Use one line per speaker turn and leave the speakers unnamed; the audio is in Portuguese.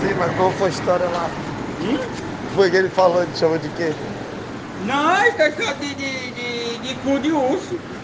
Sim, mas qual foi a história lá? Foi que ele falou, te chamou de quê?
é Não, estou de, de, de, de cu de urso.